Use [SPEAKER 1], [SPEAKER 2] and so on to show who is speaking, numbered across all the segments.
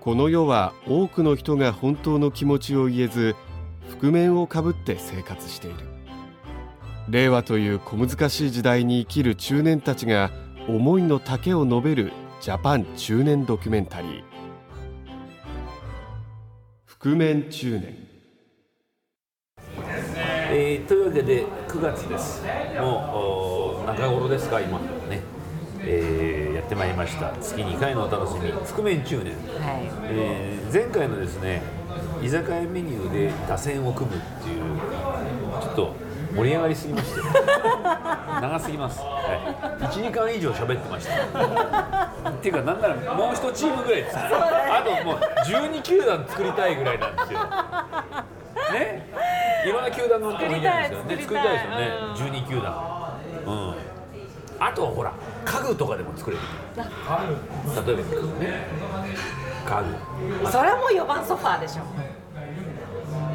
[SPEAKER 1] この世は多くの人が本当の気持ちを言えず覆面をかぶって生活している令和という小難しい時代に生きる中年たちが思いの丈を述べるジャパン中年ドキュメンタリー覆面中年
[SPEAKER 2] えーというわけで9月ですもうお中頃ですか今ね、えーやってまいりました月2回のお楽しみ覆面中年、
[SPEAKER 3] は
[SPEAKER 2] えー前回のですね居酒屋メニューで打線を組むっていうちょっと盛り上がりすぎま して長すぎます、はい、1時間以上喋ってましたっていうかなんならもう1チームぐらいですあともう12球団作りたいぐらいなんですよねいろんな球団の
[SPEAKER 3] 作りたい
[SPEAKER 2] いないですよね
[SPEAKER 3] 作
[SPEAKER 2] 作
[SPEAKER 3] り
[SPEAKER 2] りた
[SPEAKER 3] たい
[SPEAKER 2] いですよね12球団うんあとはほら家具とかでも作れる例えばね家具
[SPEAKER 3] い、それはもう4番ソファーでしょ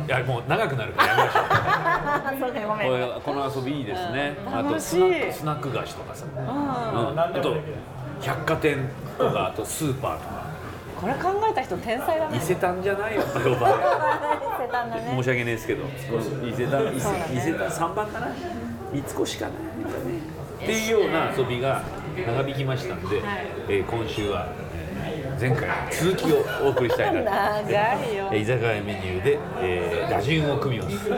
[SPEAKER 2] いやもう長くなるからやめましょう
[SPEAKER 3] そうねごめ ん
[SPEAKER 2] こ
[SPEAKER 3] うん
[SPEAKER 2] れこの遊びいいですね、
[SPEAKER 3] うん
[SPEAKER 2] あと
[SPEAKER 3] 楽し
[SPEAKER 2] ス
[SPEAKER 3] い
[SPEAKER 2] ナックスナック菓子とかさ、うんあと百貨店とかあとスーパーとか
[SPEAKER 3] これ考えた人天才だ
[SPEAKER 2] 伊
[SPEAKER 3] ね
[SPEAKER 2] 勢丹じゃないよやっぱりおばあ
[SPEAKER 3] 世代だ
[SPEAKER 2] 申
[SPEAKER 3] ね
[SPEAKER 2] し訳ないですけど、伊勢丹、伊勢
[SPEAKER 3] そうだね
[SPEAKER 2] 伊勢丹三番かな、三越かな、やっぱね。っていうような遊びが長引きましたんで、えー今週は、えー前回の続きをお送りしたいなと思ってます。
[SPEAKER 3] 長いよ
[SPEAKER 2] えー居酒屋メニューで、えー打順を組みます。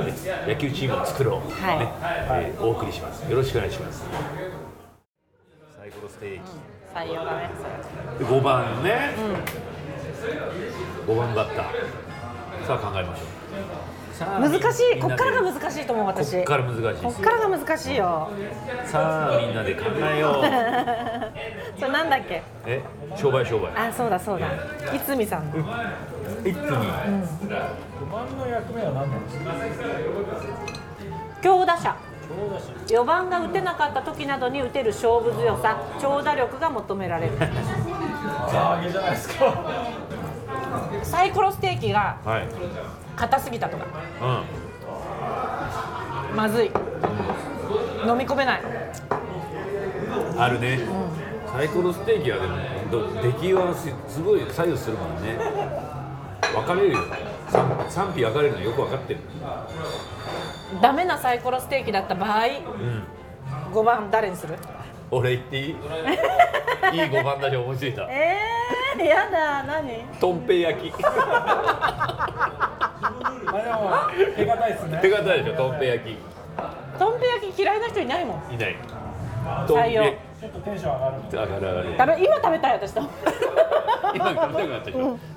[SPEAKER 2] 野球チームを作ろう、
[SPEAKER 3] はい
[SPEAKER 2] ねえーお送りします。よろしくお願いします。サイコロステーキ。
[SPEAKER 3] 採用だね
[SPEAKER 2] で5番ね、五5番バッターさあ考えましょうさあ
[SPEAKER 3] 難しい
[SPEAKER 2] みん
[SPEAKER 3] こ
[SPEAKER 2] な
[SPEAKER 3] っ
[SPEAKER 2] で
[SPEAKER 3] からが難しいと思う私
[SPEAKER 2] こっから難しい
[SPEAKER 3] こっからが難しいよ
[SPEAKER 2] さあみんなで考えよう
[SPEAKER 3] それなんだっけ
[SPEAKER 2] え商売商売
[SPEAKER 3] あそうだそうだいつみさんの
[SPEAKER 2] 一分
[SPEAKER 3] 強打者4番が打てなかった時などに打てる勝負強さ長打力が求められるサイコロステーキが
[SPEAKER 2] はい
[SPEAKER 3] 硬すぎたとか
[SPEAKER 2] う
[SPEAKER 3] まずい飲み込めない
[SPEAKER 2] んあるね、サイコロステーキはでもど出来はすすごい左右するもんね分かれるよ賛賛否分かれるのよく分かってる
[SPEAKER 3] ダメなサイコロステーキだった場合
[SPEAKER 2] うん
[SPEAKER 3] 5番誰にする
[SPEAKER 2] 俺言って いいいい5番だし思いついた
[SPEAKER 3] えー、やだ何
[SPEAKER 2] とんぺい焼き
[SPEAKER 4] あでも手堅いですね。
[SPEAKER 2] 手堅いでしょとんぺい焼き
[SPEAKER 3] とんぺ焼き嫌いな人いないもん
[SPEAKER 2] いない。
[SPEAKER 3] 採用
[SPEAKER 4] ちょっとテンション上がる
[SPEAKER 2] だ
[SPEAKER 4] の。
[SPEAKER 2] からね。
[SPEAKER 3] 食べ今食べたい私とん
[SPEAKER 2] 今食べたくなったでしょ。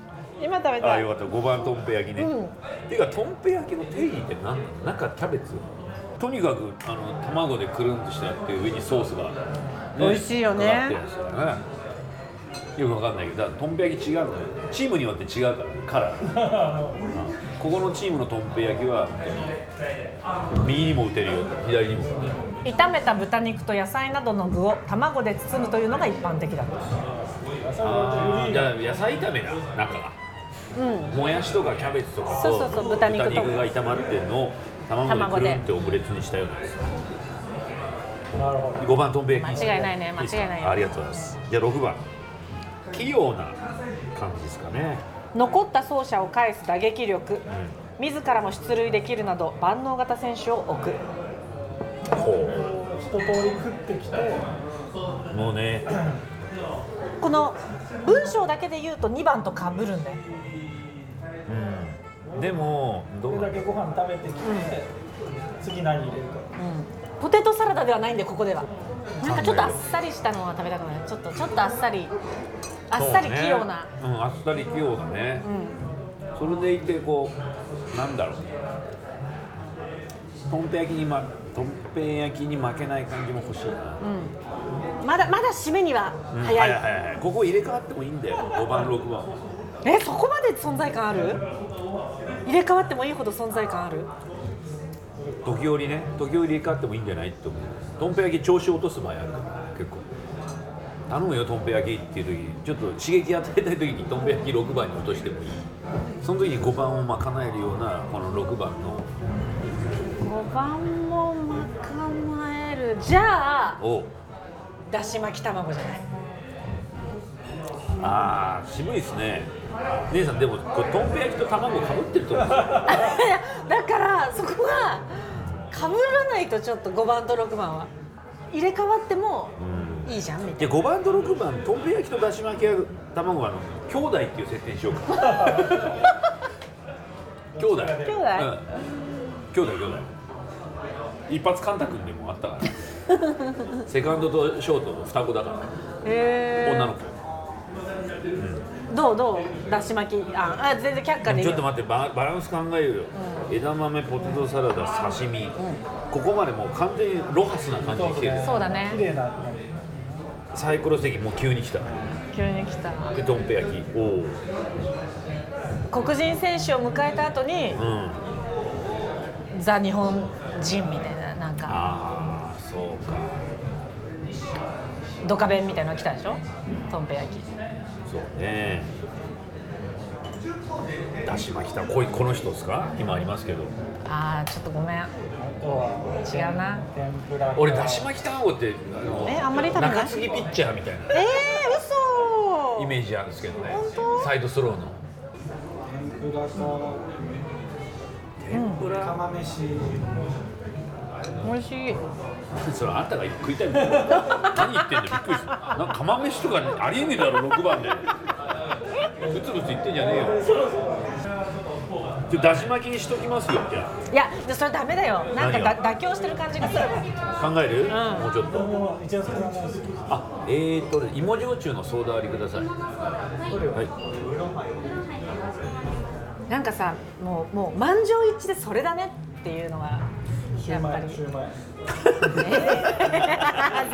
[SPEAKER 3] 今食べ
[SPEAKER 2] あ
[SPEAKER 3] た
[SPEAKER 2] あ
[SPEAKER 3] い
[SPEAKER 2] よかった。五番とんぺ焼きね。
[SPEAKER 3] うん
[SPEAKER 2] てかとんぺ焼きの定義って何なの？なんかキャベツ。とにかくあの卵でくるんとしてあって上にソースが、
[SPEAKER 3] 美味しいよね
[SPEAKER 2] かかってるんですよね。よくわかんないけど、だからとんぺ焼き違うのよ。チームによって違うからね、カラー。うん ここのチームのとんぺ焼きは本当に右にも打てるよ、左にも打てる。
[SPEAKER 3] 炒めた豚肉と野菜などの具を卵で包むというのが一般的だった
[SPEAKER 2] あーじゃあ野菜炒めだ中が、もやしとかキャベツとかと
[SPEAKER 3] そうそうそう豚肉
[SPEAKER 2] が
[SPEAKER 3] と
[SPEAKER 2] 炒まってんのを
[SPEAKER 3] 卵
[SPEAKER 2] 卵
[SPEAKER 3] で
[SPEAKER 2] でくるんってオムレツにしたようなやつ
[SPEAKER 4] なるほど。
[SPEAKER 2] 5番とんべ焼き
[SPEAKER 3] 間違いないね間違いな
[SPEAKER 2] で
[SPEAKER 3] いよ
[SPEAKER 2] すかありがとうございますじゃあ6番器用な感じですかね
[SPEAKER 3] 残った走者を返す打撃力自らも出塁できるなど万能型選手を置く
[SPEAKER 2] ほ
[SPEAKER 4] 一通り食ってきて、
[SPEAKER 2] うもうね
[SPEAKER 3] この文章だけで言うと2番とかぶるんだよ
[SPEAKER 2] でもど
[SPEAKER 4] こ
[SPEAKER 2] うな
[SPEAKER 4] れだ
[SPEAKER 2] の
[SPEAKER 4] けご飯食べてきて、次何入れるか。
[SPEAKER 3] ポテトサラダではないんでここではなんかちょっとあっさりしたのは食べたくないちょっとちょっとあっさりあっさり
[SPEAKER 2] そうね
[SPEAKER 3] 器用な、
[SPEAKER 2] うんあっさり器用だね
[SPEAKER 3] うん
[SPEAKER 2] それでいてこうなんだろうとんぺ焼きにまとんぺ焼きに負けない感じも欲しいな
[SPEAKER 3] まだまだ締めには
[SPEAKER 2] うん
[SPEAKER 3] 早い,、
[SPEAKER 2] はいはいはいここ入れ替わってもいいんだよ5番6番は
[SPEAKER 3] えそこまで存在感ある入れ替わってもいいほど存在感ある
[SPEAKER 2] 時折ね時折入れ替わってもいいんじゃないって思うとんぺ焼き調子落とす場合あるから結構頼むよとんぺ焼きっていう時にちょっと刺激与えたい時にとんぺ焼き6番に落としてもいいその時に5番を賄えるようなこの6番の
[SPEAKER 3] 5番も賄えるじゃあ
[SPEAKER 2] を
[SPEAKER 3] だし巻き卵じゃない
[SPEAKER 2] ああ渋いですね姉さんでもこれとんぺ焼きと卵かぶってると思うんですよ
[SPEAKER 3] いや だからそこはかぶらないとちょっと5番と6番は入れ替わってもいいじゃんみたい
[SPEAKER 2] で5番と6番とんぺ焼きとだし巻きは卵はあの兄弟っていう設定にしようか兄弟
[SPEAKER 3] な今日
[SPEAKER 2] う
[SPEAKER 3] は
[SPEAKER 2] ん兄弟兄弟一発カンタ君でもあったからセカンドとショートの双子だか
[SPEAKER 3] へ
[SPEAKER 2] ら女
[SPEAKER 3] ー
[SPEAKER 2] の子
[SPEAKER 3] どうどうだし巻きああ全然却下で
[SPEAKER 2] ち
[SPEAKER 3] き
[SPEAKER 2] ょっと
[SPEAKER 3] る
[SPEAKER 2] 待ってババランス考えようよ、枝豆ポテトサラダ刺身、ここまでもう完全にロハスな感じに来てる
[SPEAKER 3] そうだね
[SPEAKER 4] 綺麗な。
[SPEAKER 2] サイコロ席もう急に来た
[SPEAKER 3] 急に来た
[SPEAKER 2] でどんぺ焼きおおうん
[SPEAKER 3] 黒人選手を迎えた後にザ日本人みたいななんか
[SPEAKER 2] ああそうか
[SPEAKER 3] ドカベンみたいなの来たでしょとんぺ焼き
[SPEAKER 2] そうねだし巻きたこいこの人ですか今ありますけど
[SPEAKER 3] ああちょっとごめん
[SPEAKER 4] あとは
[SPEAKER 3] 違うな
[SPEAKER 4] 天ぷら。
[SPEAKER 2] 俺だし巻き卵ってあの
[SPEAKER 3] えあんまり食べない
[SPEAKER 2] 中継ぎピッチャーみたいな
[SPEAKER 3] えー、嘘
[SPEAKER 2] イメージあるんですけどね
[SPEAKER 3] 本当
[SPEAKER 2] サイドスローの
[SPEAKER 4] 天ぷらと
[SPEAKER 2] 天ぷら、
[SPEAKER 4] 釜飯。
[SPEAKER 3] 美味しい
[SPEAKER 2] それあんたが食いたいもん 何言ってんのびっくりしたなんか釜飯とかありえねえだろ6番でブツブツ言ってんじゃねえよじゃあだし巻きにしときますよじゃ
[SPEAKER 3] いやでそれダメだよなんかだ
[SPEAKER 2] 何
[SPEAKER 3] 妥協してる感じがする
[SPEAKER 2] あ考える、もうちょっと
[SPEAKER 4] もう一応少ないです。
[SPEAKER 2] あ、えー、と、芋焼酎のソーダ割りください。はい。
[SPEAKER 3] なんかさもうもう満場一致でそれだねっていうのが
[SPEAKER 4] シュ
[SPEAKER 3] や
[SPEAKER 4] ー
[SPEAKER 3] っぱり
[SPEAKER 4] マイ、シューマイ。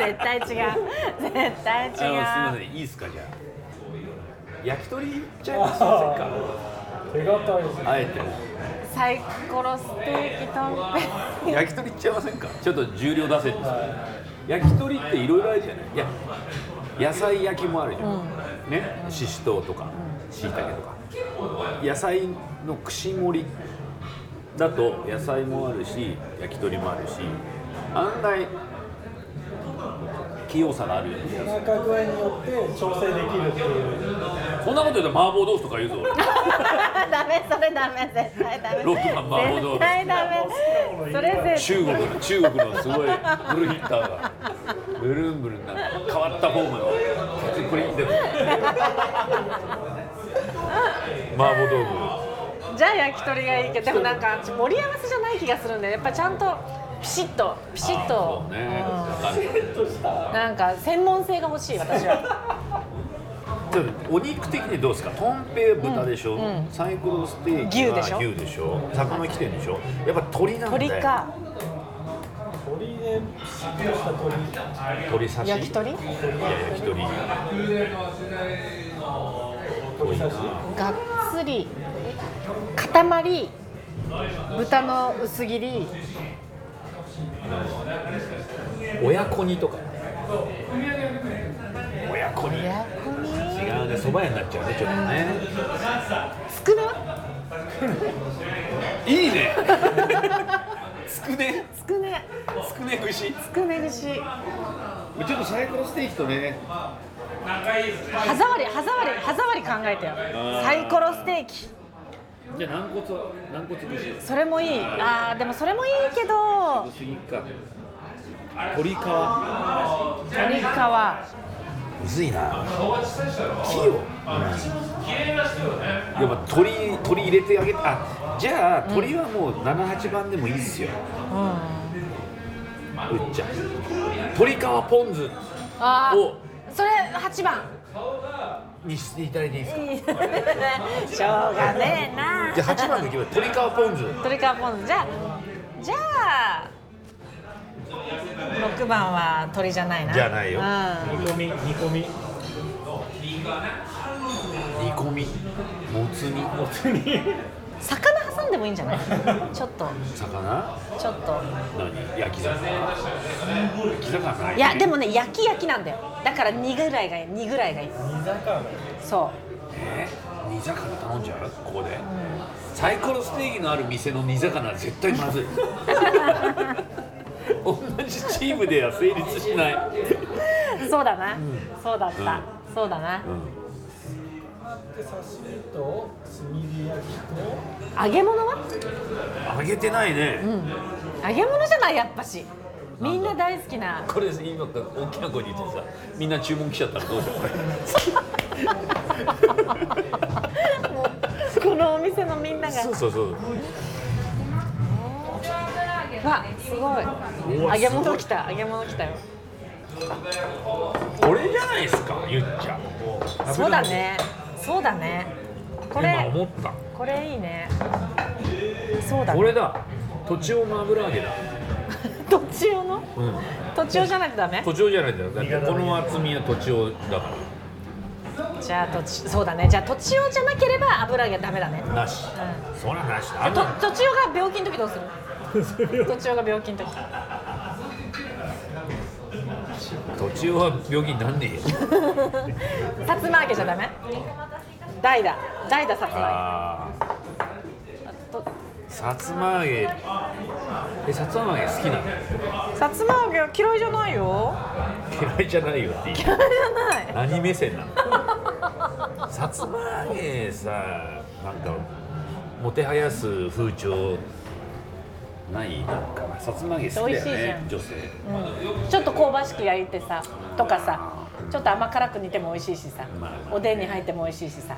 [SPEAKER 3] 絶対違う絶対違
[SPEAKER 2] あ
[SPEAKER 3] う
[SPEAKER 2] の、すみません、いいですか、じゃあ。焼き鳥いっちゃいます。せっか
[SPEAKER 4] 手堅いですね
[SPEAKER 2] く。あえても。
[SPEAKER 3] サイコロステーキとんぺい
[SPEAKER 2] 焼き鳥いっちゃいませんか。ちょっと重量出せって。焼き鳥っていろいろあるじゃない。いや、野菜焼きもあるじゃん。ね、ししとうとか、しいたけとか。野菜の串盛り。だと、野菜もあるし、焼き鳥もあるし。案外。器用さがあるよね。
[SPEAKER 4] お腹具合によって調整できるっていう。
[SPEAKER 2] そんなこと言うと麻婆豆腐とか言うぞ俺
[SPEAKER 3] ダメそれダメ絶対ダメ
[SPEAKER 2] ロックマン麻婆豆腐
[SPEAKER 3] 絶対ダメそれ絶
[SPEAKER 2] 中国の中国のすごいブルヒッターがブルンブルンな変わったフォームのこっちこれいいんだよ麻婆豆腐
[SPEAKER 3] じゃあ焼き鳥がいいけどでもなんか盛り合わせじゃない気がするんでやっぱちゃんとピシッとピシッと
[SPEAKER 2] あーそうねわかる
[SPEAKER 3] なんか専門性が欲しい私 は
[SPEAKER 2] ちょっとお肉的にどうですかとんぺい豚でしょ、サイコロステーキは
[SPEAKER 3] 牛でしょ
[SPEAKER 2] 牛でしょ魚来てんでしょやっぱ鳥なんだよ
[SPEAKER 3] 鳥か
[SPEAKER 4] 鳥でピシッとした鳥。
[SPEAKER 2] 鳥刺し
[SPEAKER 3] 焼き鳥
[SPEAKER 2] いや焼き鳥
[SPEAKER 4] 鳥刺し。
[SPEAKER 3] がっつり塊豚の薄切り
[SPEAKER 2] 親子煮とか親子煮
[SPEAKER 3] 親子に
[SPEAKER 2] 違うね、蕎麦屋になっちゃうね、ちょっとね。
[SPEAKER 3] つくね
[SPEAKER 2] いいね。つくね、
[SPEAKER 3] つくね
[SPEAKER 2] つくね串。
[SPEAKER 3] つくね串
[SPEAKER 2] ちょっとサイコロステーキとね。
[SPEAKER 3] 歯触り歯触り歯触り考えてよサイコロステーキ
[SPEAKER 2] じゃあ軟骨、軟骨串。
[SPEAKER 3] それもいいあーでもそれもいいけど
[SPEAKER 2] 薄いか。鶏皮。
[SPEAKER 3] 鶏皮
[SPEAKER 2] むずいな。木を。やっぱ鳥、鳥入れてあげた。あ、じゃあ、鳥はもう七八番でもいいっすよ。うっちゃん。鶏皮ポン酢
[SPEAKER 3] あー
[SPEAKER 2] を。
[SPEAKER 3] それ8番
[SPEAKER 2] にしていただいていいですか。
[SPEAKER 3] いいしょうがねえな
[SPEAKER 2] じゃあ、八番でいきます。鶏皮ポン酢。
[SPEAKER 3] 鶏皮ポン酢じゃあじゃあ6番は鳥じゃないな
[SPEAKER 2] じゃないよ
[SPEAKER 3] うん
[SPEAKER 4] 煮込み、煮込み。
[SPEAKER 2] 煮込みもつ煮もつ
[SPEAKER 3] 魚挟んでもいいんじゃないちょっと
[SPEAKER 2] 魚
[SPEAKER 3] ちょっと
[SPEAKER 2] 何焼き魚焼き魚ない
[SPEAKER 3] いやでもね焼き焼きなんだよだから2ぐらいがいい2ぐらいがいい
[SPEAKER 4] 煮魚。
[SPEAKER 3] そ
[SPEAKER 2] え煮魚頼んじゃうここで、サイコロステーキのある店の煮魚は絶対ま ずい同じチームでは成立しない、
[SPEAKER 3] うそうだな、そうだった、そうだな、
[SPEAKER 2] うん
[SPEAKER 4] あって刺身と炭火焼きと
[SPEAKER 3] 揚げ物は
[SPEAKER 2] 揚げてないね、
[SPEAKER 3] 揚げ物じゃないやっぱしみんな大好きな
[SPEAKER 2] これです今大きな声で言ってさみんな注文来ちゃったらどうし ようこれ
[SPEAKER 3] もうこのお店のみんなが
[SPEAKER 2] そうそうそう
[SPEAKER 3] わすごい
[SPEAKER 2] わ
[SPEAKER 3] 揚げ物来た揚げ物来たよ
[SPEAKER 2] これじゃないですかゆっちゃん
[SPEAKER 3] そうだねそうだねこ
[SPEAKER 2] 今
[SPEAKER 3] れ
[SPEAKER 2] 思った
[SPEAKER 3] これいいねそうだ
[SPEAKER 2] これ
[SPEAKER 3] ね
[SPEAKER 2] だとちおの油揚げだ
[SPEAKER 3] どっち用の
[SPEAKER 2] うん
[SPEAKER 3] どっち用じゃないとダメ
[SPEAKER 2] とちおじゃないんだよだってこの厚みはとちおだか
[SPEAKER 3] じゃあとちそうだねじゃあ土地用じゃなければ油揚げはダメだね
[SPEAKER 2] らなし
[SPEAKER 3] う
[SPEAKER 2] そらなしだあん
[SPEAKER 3] と
[SPEAKER 2] な
[SPEAKER 3] 土地用が病気の時どうす る土地用が病気の時
[SPEAKER 2] とちおは病気になんねえよ
[SPEAKER 3] さつま揚げじゃダメ代打代打さつま
[SPEAKER 2] ああ
[SPEAKER 3] 揚
[SPEAKER 2] さつま揚げえさつま揚げ好きなの
[SPEAKER 3] げさつま揚げは嫌いじゃないよ
[SPEAKER 2] 嫌いじゃないよって言う
[SPEAKER 3] 嫌いじゃない
[SPEAKER 2] 何目線なのさつま揚げさなんかもてはやす風潮ないなんかなさつま揚げ好き
[SPEAKER 3] 美
[SPEAKER 2] だ
[SPEAKER 3] 味しいじゃ
[SPEAKER 2] よね
[SPEAKER 3] ん
[SPEAKER 2] 女性
[SPEAKER 3] ちょっと香ばしく焼いてさとかさちょっと甘辛く煮ても美味しいしさ
[SPEAKER 2] まあまあ
[SPEAKER 3] おでんに入っても美味しいしさ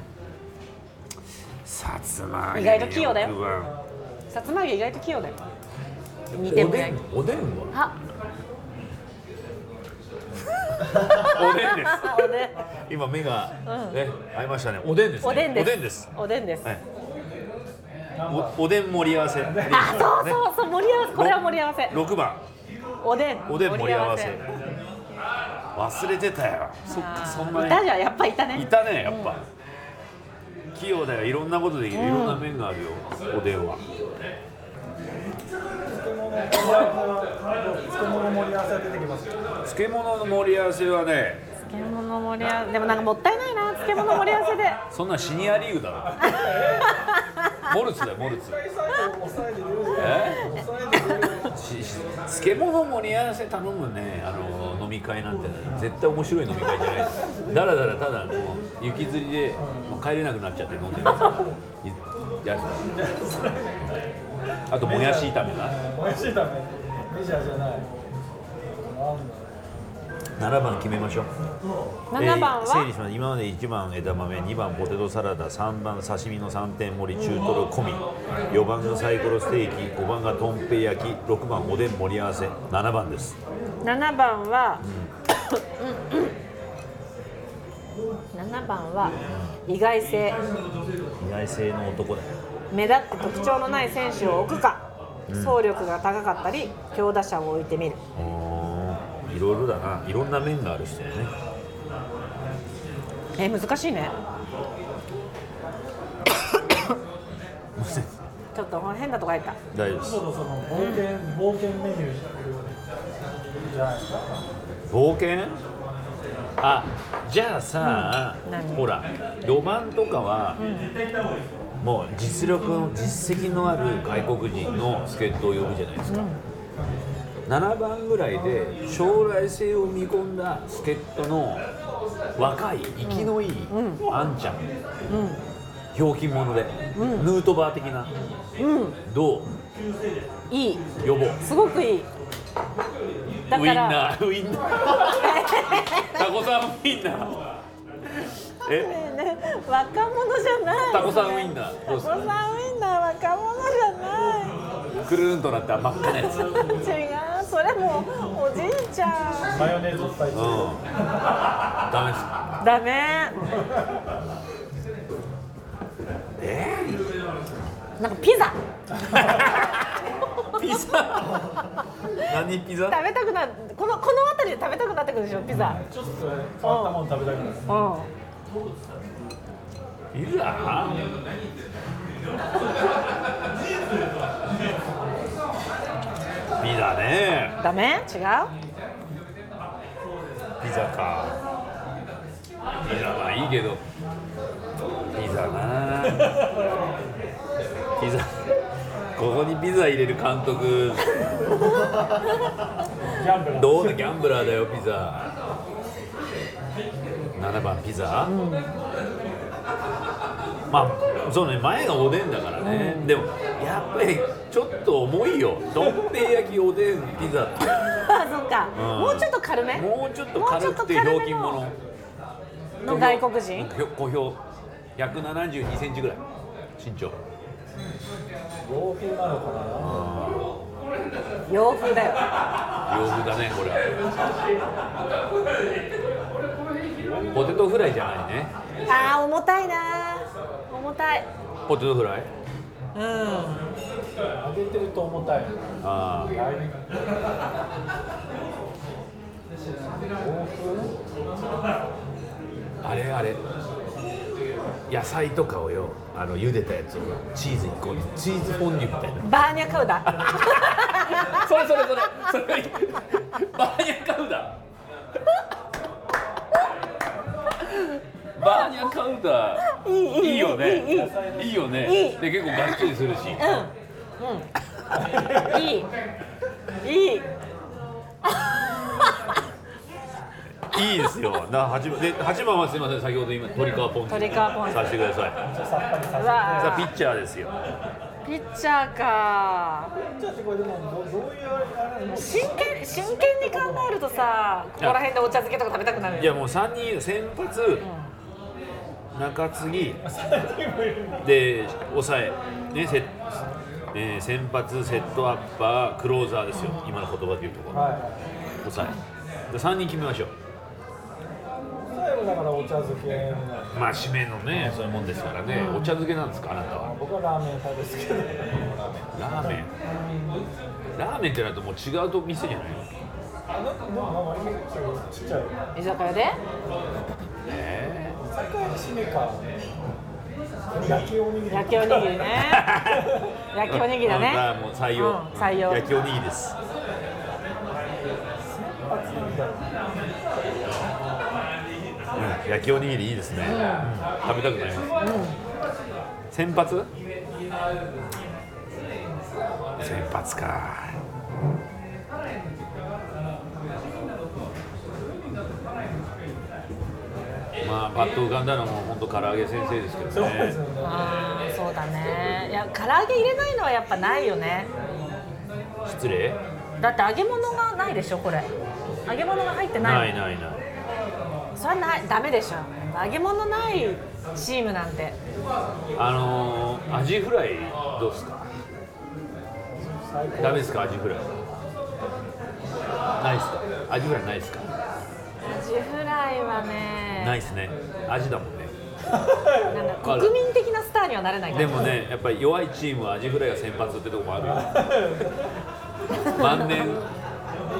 [SPEAKER 2] さつま揚げ
[SPEAKER 3] 意外と器用だよ
[SPEAKER 2] 僕は
[SPEAKER 3] さつま揚げ意外と器用だよ煮て
[SPEAKER 2] お
[SPEAKER 3] も
[SPEAKER 2] で
[SPEAKER 3] 焼い
[SPEAKER 2] ん
[SPEAKER 3] て
[SPEAKER 2] おでんは
[SPEAKER 3] あ
[SPEAKER 2] おでんです
[SPEAKER 3] あ おでん
[SPEAKER 2] 今目がね、合いましたねおでんです、ね、
[SPEAKER 3] おでんです
[SPEAKER 2] おでんです
[SPEAKER 3] おでんです
[SPEAKER 2] はいおおでん盛り合わせ
[SPEAKER 3] あそうそうそう盛り合わせこれは盛り合わせ
[SPEAKER 2] 6番
[SPEAKER 3] おでん
[SPEAKER 2] おでん盛り合わせ忘れてたよそっかそんな
[SPEAKER 3] あー
[SPEAKER 2] に
[SPEAKER 3] いたじゃんやっぱいた
[SPEAKER 2] い
[SPEAKER 3] ね
[SPEAKER 2] たねやっぱ、器用だよいろんなことできるいろんな面があるよ、おでんは
[SPEAKER 4] 漬物の盛り合わせが出てき ますよ
[SPEAKER 2] 漬物の盛り合わせはね
[SPEAKER 3] 漬物盛り合わせでもなんかもったいないな漬物盛り合わせで
[SPEAKER 2] そんなんシニアリーグだ ろモルツだよモルツ
[SPEAKER 4] 抑えてくれる
[SPEAKER 2] え
[SPEAKER 4] 抑えてくれる
[SPEAKER 2] しし漬物盛り合わせ頼むねあの飲み会なんて絶対面白い飲み会じゃないですだらだらただもう雪吊りでもう帰れなくなっちゃって飲んでるやつあともやし炒めだ
[SPEAKER 4] 美味しいためメジャーじゃないなんだ
[SPEAKER 2] 7番決めましょう
[SPEAKER 3] 7番
[SPEAKER 2] えー整理
[SPEAKER 3] は
[SPEAKER 2] します今まで1番枝豆2番ポテトサラダ3番刺身の3点盛り中トロ込み4番がサイコロステーキ5番がとんぺい焼き6番おでん盛り合わせ7番です
[SPEAKER 3] 7番は7番は意外性
[SPEAKER 2] 意外性の男だよ
[SPEAKER 3] 目立って特徴のない選手を置くか走力が高かったり強打者を置いてみる
[SPEAKER 2] おーいろいろだないろんな面がある人やね
[SPEAKER 3] え難しい ねちょっと変なとこ入った
[SPEAKER 2] 大丈夫です
[SPEAKER 4] そろそろ冒険、冒険メニューじゃないですか。
[SPEAKER 2] 冒険あじゃあさ、
[SPEAKER 3] うん何
[SPEAKER 2] ほらロマンとかは、もう実力の実績のある外国人の助っ人を呼ぶじゃないですか、7番ぐらいで将来性を見込んだ助っ人の若い生きのいいあんちゃん、ひょうきん者で、ヌートバー的な、どう
[SPEAKER 3] いい
[SPEAKER 2] 呼ぼう
[SPEAKER 3] すごくいいだ
[SPEAKER 2] ウイ
[SPEAKER 3] か
[SPEAKER 2] ン
[SPEAKER 3] ら
[SPEAKER 2] ナーウインナータコさんウインナーえ
[SPEAKER 3] ね若者じゃない
[SPEAKER 2] タコさんウインナーどうです
[SPEAKER 3] タコ
[SPEAKER 2] か
[SPEAKER 3] さんウインナー若者
[SPEAKER 2] くるんとなった真っ赤なやつうん
[SPEAKER 3] じゃない違うそれもうおじいちゃ
[SPEAKER 4] マヨネーズいっぱいつけて。
[SPEAKER 2] ダメですか
[SPEAKER 3] んダメ
[SPEAKER 2] え
[SPEAKER 3] なんかピザ
[SPEAKER 2] ー、ピザ何ピザ
[SPEAKER 3] 食べたくなこのこの辺りで食べたくなってくるでしょピザ
[SPEAKER 4] ちょっと変わったもの食べたくなる。
[SPEAKER 3] うん
[SPEAKER 2] ピザピザね
[SPEAKER 3] ダメ違う
[SPEAKER 2] ピ ザかピザはいいけどピザなピザここにピザ入れる監督
[SPEAKER 4] ギャンブル。
[SPEAKER 2] どうだギャンブラーだよピザ7番ピザ、まあそうね前がおでんだからね、でもやっぱりちょっと重いよどん兵衛焼きおでんピザって
[SPEAKER 3] あそっか、
[SPEAKER 2] うん
[SPEAKER 3] もうちょっと軽め
[SPEAKER 2] もうちょっと軽くてひょうきんもの
[SPEAKER 3] の外国人
[SPEAKER 2] 小兵172センチぐらい身長
[SPEAKER 4] 洋風なのかな
[SPEAKER 3] 洋風だよ
[SPEAKER 2] 洋風だねこれはポテトフライじゃないね
[SPEAKER 3] あー重たいな重たい
[SPEAKER 2] ポテトフライ
[SPEAKER 3] うん
[SPEAKER 4] 揚げてると重たい。
[SPEAKER 2] ああ
[SPEAKER 4] はい。洋風
[SPEAKER 2] あれあれ野菜とかをよあの茹でたやつをチーズにこうチーズフォンデュみたいな
[SPEAKER 3] バーニャカウダ
[SPEAKER 2] それそれそれそれバーニャカウダバーニャカウダ
[SPEAKER 3] いいいい
[SPEAKER 2] いいよね
[SPEAKER 3] いいいい
[SPEAKER 2] いいよね
[SPEAKER 3] いい
[SPEAKER 2] で結構がっつりするし
[SPEAKER 3] うんうんいいいい
[SPEAKER 2] いいですよな八番で八番はすみません先ほど今鳥川ポン酢
[SPEAKER 3] 鳥川ポン酢
[SPEAKER 2] させてください
[SPEAKER 4] さっぱりさせて。
[SPEAKER 2] さ
[SPEAKER 3] う
[SPEAKER 2] あピ
[SPEAKER 3] わ
[SPEAKER 2] ッチャーですよ
[SPEAKER 3] ーピッチャーか
[SPEAKER 4] ちょっとこれでもどどういうあれなの？
[SPEAKER 3] 真剣真剣に考えるとさここら辺でお茶漬けとか食べたくなるよ
[SPEAKER 2] いやもう三人先発中継ぎで抑えねせね先発セットアッパークローザーですよ今の言葉でいうところ
[SPEAKER 4] は
[SPEAKER 2] 抑えで3人決めましょう
[SPEAKER 4] い。最後だからお茶漬けなの。
[SPEAKER 2] まあ締めのねそういうもんですからね、お茶漬けなんですかあなたは
[SPEAKER 4] 僕はラーメン派ですけど。
[SPEAKER 2] ラーメンラーメンってなるともう違うと店じゃないの
[SPEAKER 4] あなんかでも割とちっちゃい。
[SPEAKER 3] 居酒屋で
[SPEAKER 2] え
[SPEAKER 4] 居酒屋の締めか。焼きおにぎり。
[SPEAKER 3] 焼きおにぎりね 焼きおにぎりだ
[SPEAKER 2] うんあ
[SPEAKER 3] ね
[SPEAKER 2] もう採用、
[SPEAKER 3] うん採用
[SPEAKER 2] 焼きおにぎりです
[SPEAKER 4] 発なんだろう。
[SPEAKER 2] うん焼きおにぎりいいですね、うん食べたくなります、先発先発かまあパッと浮かんだのはもう本当唐揚げ先生ですけ
[SPEAKER 4] そ
[SPEAKER 2] ど
[SPEAKER 4] うですよ
[SPEAKER 2] ね
[SPEAKER 4] ね。
[SPEAKER 3] あーそうだねいや唐揚げ入れないのはやっぱないよね
[SPEAKER 2] 失礼
[SPEAKER 3] だって揚げ物がないでしょこれ揚げ物が入ってない
[SPEAKER 2] ないないない
[SPEAKER 3] それはないダメでしょ揚げ物ないチームなんて
[SPEAKER 2] あのー、アジフライどうですか
[SPEAKER 4] 最高。
[SPEAKER 2] ダメですかアジフライないですかアジフライないですか
[SPEAKER 3] アジフライはね
[SPEAKER 2] ないですねアジだもんね
[SPEAKER 3] なんだ国民的なスターにはなれないから
[SPEAKER 2] でもね、やっぱり弱いチームはアジフライが先発ってとこもあるよ。万年
[SPEAKER 4] め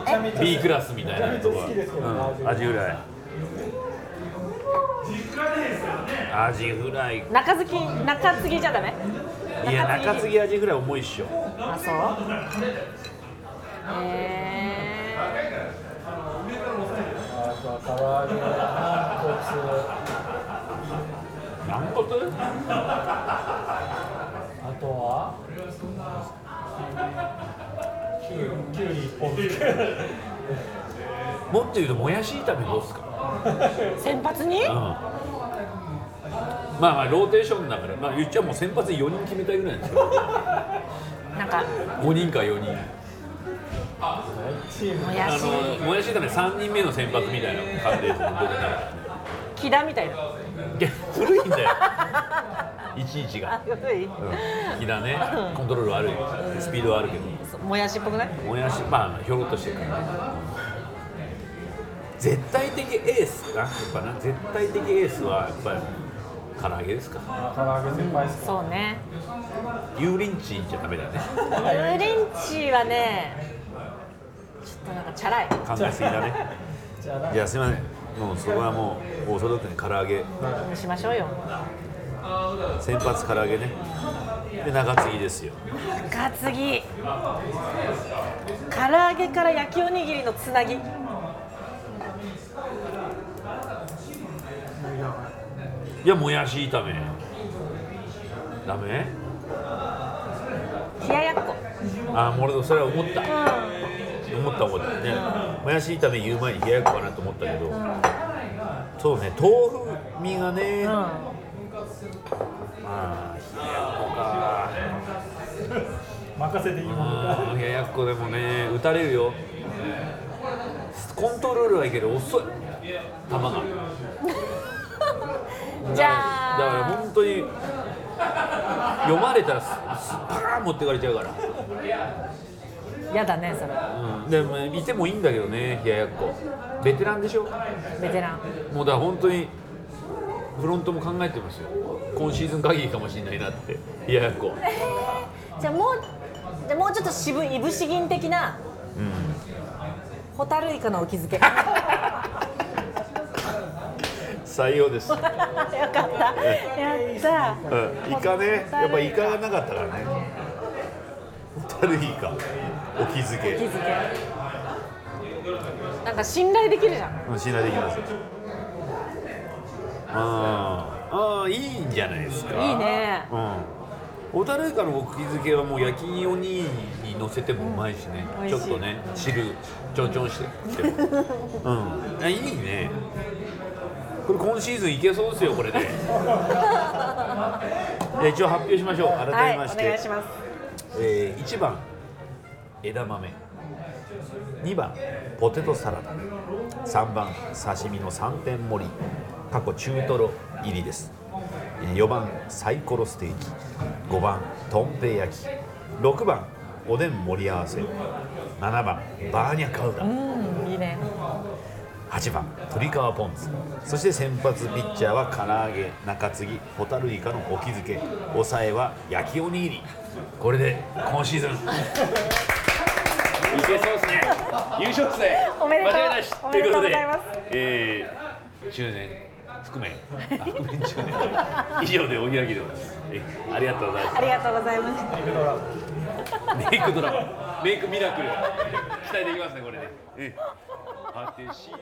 [SPEAKER 4] ちゃめちゃ
[SPEAKER 2] B クラスみたいなとこは、
[SPEAKER 4] めちゃめちゃ好きですけどね
[SPEAKER 2] うんアジフライ。アジフライ。
[SPEAKER 3] 中継ぎ中継ぎじゃダメ
[SPEAKER 2] いや中継ぎアジフライ重いっしょ。
[SPEAKER 3] あそうえ
[SPEAKER 4] あとは唐揚げ、ナンコツ、
[SPEAKER 2] 軟骨？
[SPEAKER 4] あとはきゅうきゅうり 一本漬け。
[SPEAKER 2] もっと言うともやし炒めどうですか？
[SPEAKER 3] ー、先発に
[SPEAKER 2] うん。まあまあローテーションだから、まあ言っちゃもう先発4人決めたいぐらいなんですけど、
[SPEAKER 3] なんか
[SPEAKER 2] 5人か4人。
[SPEAKER 4] チーム
[SPEAKER 3] も
[SPEAKER 2] あ
[SPEAKER 3] やし
[SPEAKER 2] のもやし炒め3人目の先発みたいな感じです僕から。
[SPEAKER 3] 木田みたいない
[SPEAKER 2] や古いんだよいちいちが
[SPEAKER 3] あ古い
[SPEAKER 2] うん木だねコントロール悪いスピードはあるけど
[SPEAKER 3] そうもやしっぽくない
[SPEAKER 2] もやしまあひょろっとしてるからね絶対的エースなやっぱな絶対的エースはやっぱり唐揚げですか
[SPEAKER 4] 唐揚げ先輩ですか。
[SPEAKER 3] そうね
[SPEAKER 2] 油淋鶏じゃダメだね
[SPEAKER 3] 油淋鶏はねちょっとなんかチャラい
[SPEAKER 2] 考えすぎだね
[SPEAKER 4] じゃあなん
[SPEAKER 2] い
[SPEAKER 4] か
[SPEAKER 2] やすいませんもうそこはもうオーソドックスに唐揚げ
[SPEAKER 3] にしましょうよ
[SPEAKER 2] 先発唐揚げねで中継ぎですよ
[SPEAKER 3] 中継ぎ唐揚げから焼きおにぎりのつなぎ
[SPEAKER 2] いやもやし炒めダメ
[SPEAKER 3] 冷ややっこ
[SPEAKER 2] あーもう俺それは思った
[SPEAKER 3] う
[SPEAKER 2] 思った思ったねもやし炒め言う前に冷ややっこかなと思ったけどそうね豆腐身がね
[SPEAKER 3] ん、うん、
[SPEAKER 2] まあ冷ややっこか
[SPEAKER 4] 任せていいものか
[SPEAKER 2] うん冷ややっこでもね打たれるよコントロールはいいけど遅い球が
[SPEAKER 3] じ
[SPEAKER 2] だから
[SPEAKER 3] ゃあ
[SPEAKER 2] 本当に読まれたらすすパーン持ってかれちゃうから
[SPEAKER 3] やだねそれ
[SPEAKER 2] うん、でもいてもいいんだけどね冷ややっこベテランでしょ
[SPEAKER 3] ベテラン
[SPEAKER 2] もうだから本当にフロントも考えてますよ今シーズン限りかもしれないなって 冷ややっこ
[SPEAKER 3] じゃあもうじゃあもうちょっと渋いいぶし銀的な、ホタルイカのお気づけ よか
[SPEAKER 2] 採用です、うん、イ
[SPEAKER 3] ったやった
[SPEAKER 2] カねやっぱイカがなかったからねホタルイカお気づ
[SPEAKER 3] お気
[SPEAKER 2] け
[SPEAKER 3] づけなんか信頼できるじゃん
[SPEAKER 2] うん信頼できますあーあーいいんじゃないですか
[SPEAKER 3] いいね
[SPEAKER 2] うん小樽イカのお気づけはもう焼きおにぎりに乗せてもうまいしね、
[SPEAKER 3] うん
[SPEAKER 2] ちょっとね汁ちょんちょんしてきてもうんあいいねこれ今シーズンいけそうですよこれ でじゃあ一応発表しましょう
[SPEAKER 3] は
[SPEAKER 2] 改
[SPEAKER 3] い
[SPEAKER 2] めまし
[SPEAKER 3] お
[SPEAKER 2] て、
[SPEAKER 3] 願いします
[SPEAKER 2] えー1番枝豆2番ポテトサラダ3番刺身の3点盛り過去中トロ入りです4番サイコロステーキ5番とんぺい焼き6番おでん盛り合わせ7番バーニャカウダ
[SPEAKER 3] うんいいね
[SPEAKER 2] 8番鳥川ポン酢そして先発ピッチャーは唐揚げ中継ぎホタルイカのお気づけ抑えは焼きおにぎりこれで今シーズンいけそうですね優勝ですね
[SPEAKER 3] おめでとう
[SPEAKER 2] 間違いなし
[SPEAKER 3] おめでとうございます
[SPEAKER 2] ということでえー、10年含めあ含め10年以上でお開きでございますえーありがとうございます
[SPEAKER 3] ありがとうございました
[SPEAKER 2] メイクドラマメイクミラクル期待できますねこれで、ね、うん果てしない